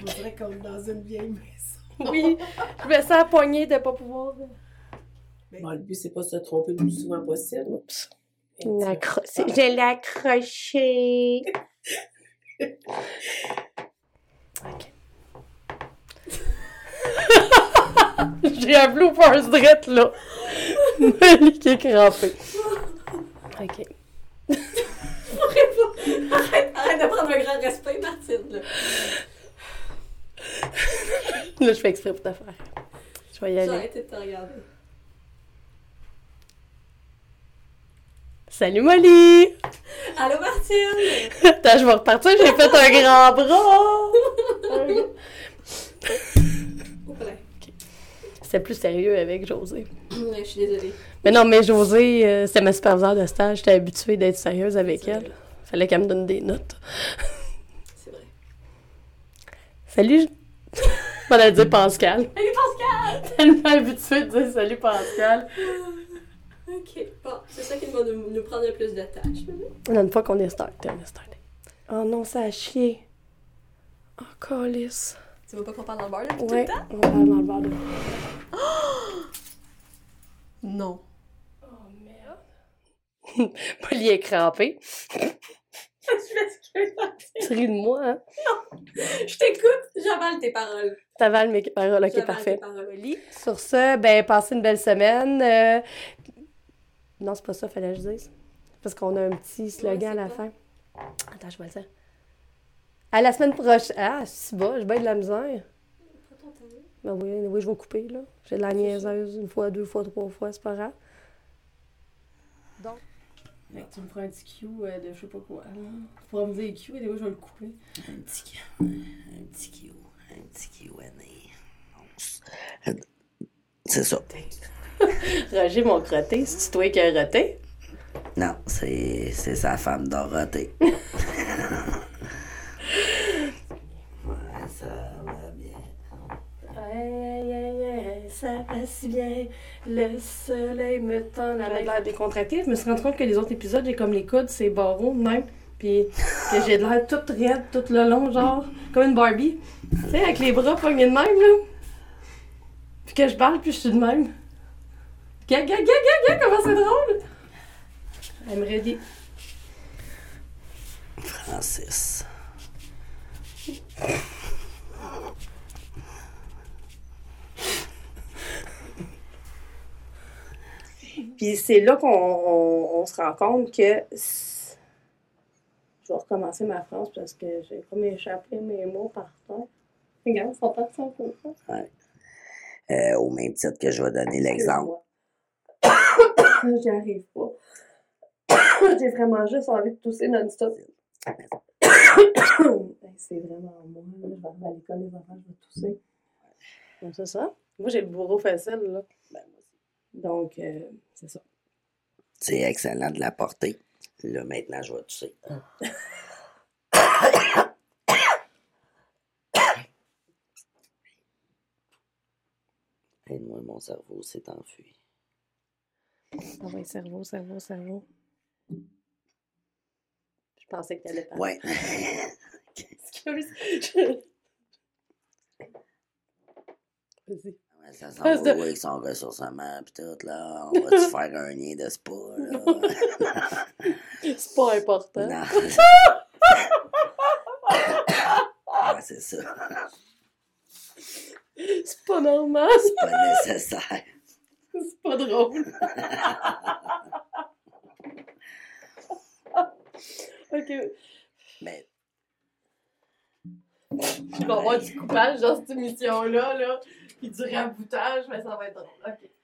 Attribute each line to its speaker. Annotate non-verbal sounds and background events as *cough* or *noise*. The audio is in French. Speaker 1: On dirait comme dans une vieille maison.
Speaker 2: *laughs* Oui, je me sens poignée de ne pas pouvoir.
Speaker 3: Bon, le but, c'est pas de se tromper le plus souvent possible. Oups.
Speaker 2: L'accro- c'est- Je l'ai accroché. OK. J'ai un blooper direct, là. Nelly qui est crampé. OK.
Speaker 4: Arrête, arrête de prendre un grand respect, Martine. Là.
Speaker 2: Là, je fais exprès pour te faire. Je vais y
Speaker 4: J'ai
Speaker 2: aller.
Speaker 4: arrêté de te regarder.
Speaker 2: Salut, Molly! *laughs*
Speaker 4: Allô, Martine!
Speaker 2: Attends, je vais repartir. J'ai fait un grand bras.
Speaker 4: Oups, là.
Speaker 2: C'était plus sérieux avec José.
Speaker 4: Hum, Je suis désolée.
Speaker 2: Mais non, mais José, euh, c'était ma superviseure de stage. J'étais habituée d'être sérieuse avec elle. Fallait qu'elle me donne des notes.
Speaker 4: C'est vrai.
Speaker 2: *laughs* Salut. je- On allait dire Pascal.
Speaker 4: Allez, Pascal!
Speaker 2: *laughs* Tellement habituée de dire salut Pascal.
Speaker 4: Ok, bon, c'est ça qui va nous, nous prendre le plus de tâches.
Speaker 2: Dans une fois qu'on est start, on est start. Oh non, ça a chié. Oh, calice.
Speaker 4: Tu veux pas qu'on parle en bar, là, tout
Speaker 2: Ouais,
Speaker 4: le temps?
Speaker 2: on va dans le bar de...
Speaker 4: Non.
Speaker 2: Oh merde. *laughs* Molly est *laughs* crampée.
Speaker 4: je m'excuse.
Speaker 2: Tu ris de moi, hein?
Speaker 4: Je t'écoute, j'avale tes paroles.
Speaker 2: T'avales mes paroles, ok,
Speaker 4: J'avale
Speaker 2: parfait.
Speaker 4: tes paroles.
Speaker 2: Sur ce, ben, passez une belle semaine. euh, Non, c'est pas ça, fallait que je dise. Parce qu'on a un petit slogan
Speaker 4: c'est
Speaker 2: à la
Speaker 4: quoi?
Speaker 2: fin. Attends, je vais le dire. À la semaine prochaine. Ah, si bon, j'ai bien de la misère.
Speaker 4: Prends ton temps.
Speaker 2: Ben oui, oui, je vais couper, là. J'ai de la niaiseuse une fois, deux fois, trois fois, c'est pas grave.
Speaker 1: Fait que Ben, tu me feras un petit Q euh, de je sais pas quoi. là. Tu pourras me dire Q et des fois je vais le couper.
Speaker 3: Un petit Q. Un petit Q. Un petit Q. C'est ça.
Speaker 2: Roger, mon crotté, c'est toi qui as roté.
Speaker 3: Non, c'est c'est sa femme Dorothée. *laughs* Ouais, ça va bien.
Speaker 2: Aïe, aïe, aïe, aïe, ça va si bien. Le soleil me tend la main. l'air décontractée. Je me suis rendu compte que les autres épisodes, j'ai comme les coudes, c'est barreau de même. Puis que j'ai de l'air toute raide tout le long, genre, comme une Barbie. Tu sais, avec les bras pognés de même, là. Puis que je parle, puis je suis de même. Gag, gag, gag, gag, gag, comment c'est drôle! Elle me redit.
Speaker 3: Francis.
Speaker 2: Puis c'est là qu'on on- on se rend compte que. c'est- Je vais recommencer ma phrase parce que j'ai comme échappé mes mots par terre. Regarde, ils sont pas de son pour ça.
Speaker 3: Euh, au même titre que je vais donner l'exemple.
Speaker 2: Excuse-moi. *coughs* J'y arrive pas. *coughs* j'ai vraiment juste envie de tousser non-stop. *coughs* Hey, c'est vraiment moi. là. Je vais arriver à l'école, les enfants, je vais tousser. Donc, c'est ça. Moi, j'ai le bourreau facile, là. Ben, Donc, euh, c'est ça.
Speaker 3: C'est excellent de la porter. Là, maintenant, je vais tousser. *coughs* Aide-moi, mon cerveau s'est enfui.
Speaker 2: Ah ouais, cerveau, cerveau, cerveau. Je pensais que t'allais parler.
Speaker 3: Ouais.
Speaker 2: Excuse. Je- *laughs* Vas-y.
Speaker 3: Ça s'en va où avec son ressourcement pis tout, là. On va-tu faire un lien de spa, là?
Speaker 2: C'est pas important.
Speaker 3: non. *laughs* ouais, c'est ça.
Speaker 2: C'est pas normal. *laughs*
Speaker 3: C'est pas nécessaire.
Speaker 2: C'est pas drôle. *laughs* ok.
Speaker 3: Mais
Speaker 2: Je vais avoir du coupage dans cette émission-là, là. Puis du raboutage, mais ça va être drôle. Ok.